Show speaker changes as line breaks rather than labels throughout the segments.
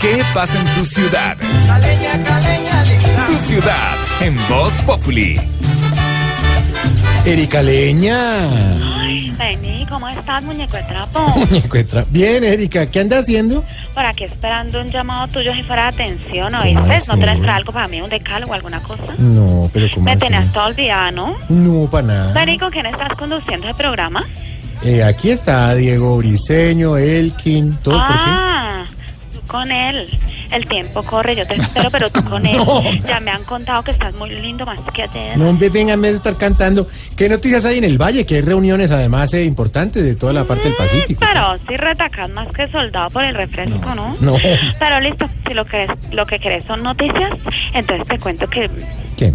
¿Qué pasa en tu ciudad?
Caleña, caleña, linda.
Tu ciudad en Voz Populi.
Erika Leña.
Ay, Vení, ¿cómo estás, muñeco de trapo?
Muñeco de tra- Bien, Erika, ¿qué anda haciendo?
Por aquí esperando un llamado tuyo si fuera de atención, ¿oíste? ¿No
Ah, sí. Ah,
traes para algo para mí, un decálogo o alguna cosa?
No, pero ¿cómo
Me
así?
tenías toda olvidada, ¿no?
No, para nada.
Vení, ¿con quién estás conduciendo el programa?
Eh, aquí está Diego Briseño, Elkin, todo.
ah, tú con él. El tiempo corre, yo te espero, pero tú con él.
No.
Ya me han contado que estás muy lindo más que
¿Por qué?
ayer.
No, hombre, venga, en vez de estar cantando. ¿Qué noticias hay en el Valle? Que hay reuniones, además, eh, importantes de toda la parte del
Mm,
Pacífico. pues.
Pero sí retacas más que soldado por el refresco, ¿no?
No.
Pero listo, si lo que, lo que querés son noticias, entonces te cuento que...
¿Qué?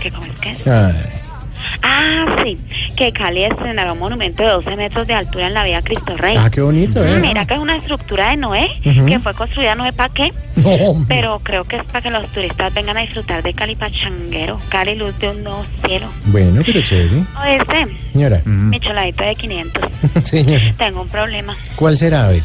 que ¿Cómo es que es?
Ay,
Ah, sí, que Cali estrenará un monumento de 12 metros de altura en la vía Cristo Rey. Mm,
ah, qué bonito, ¿eh?
Mira que es una estructura de Noé,
Ujú.
que fue construida no sé para qué,
No, hombre.
pero creo que es para que los turistas vengan a disfrutar de Cali Pachanguero, Cali Luz de un nuevo cielo.
Bueno, pero chévere.
Oeste,
Señora,
mi choladito de 500,
señora,
tengo un problema.
¿cuál será? A ver.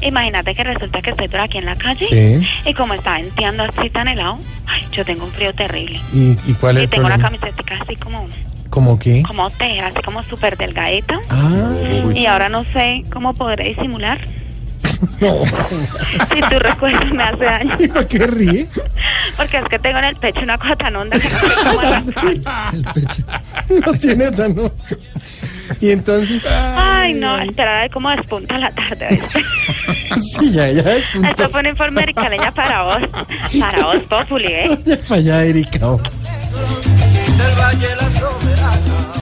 Imagínate que resulta que estoy por aquí en la calle
Sí.
y como está venteando así tan helado, ay, yo tengo un frío terrible.
¿Y, y cuál es
Y
el
tengo la
problema?
camiseta así como,
¿Cómo qué?
como teja, así como súper delgadita.
Ah,
Y ahora no sé cómo podré disimular.
no.
Si tu recuerdo me hace daño.
¿Y para qué ríe?
Porque es que tengo en el pecho una cosa tan honda que no sé cómo la-
El pecho. No tiene tan. no. Y entonces.
Ay, no, espera a ver cómo despunta la tarde. ¿oíste?
Sí, ya, ya
Esto
despuntó.
fue un informe de Caleña para vos. Para vos, Populi, ¿eh?
Ya para allá, Erika. oh.
Del Valle de las Romeranas.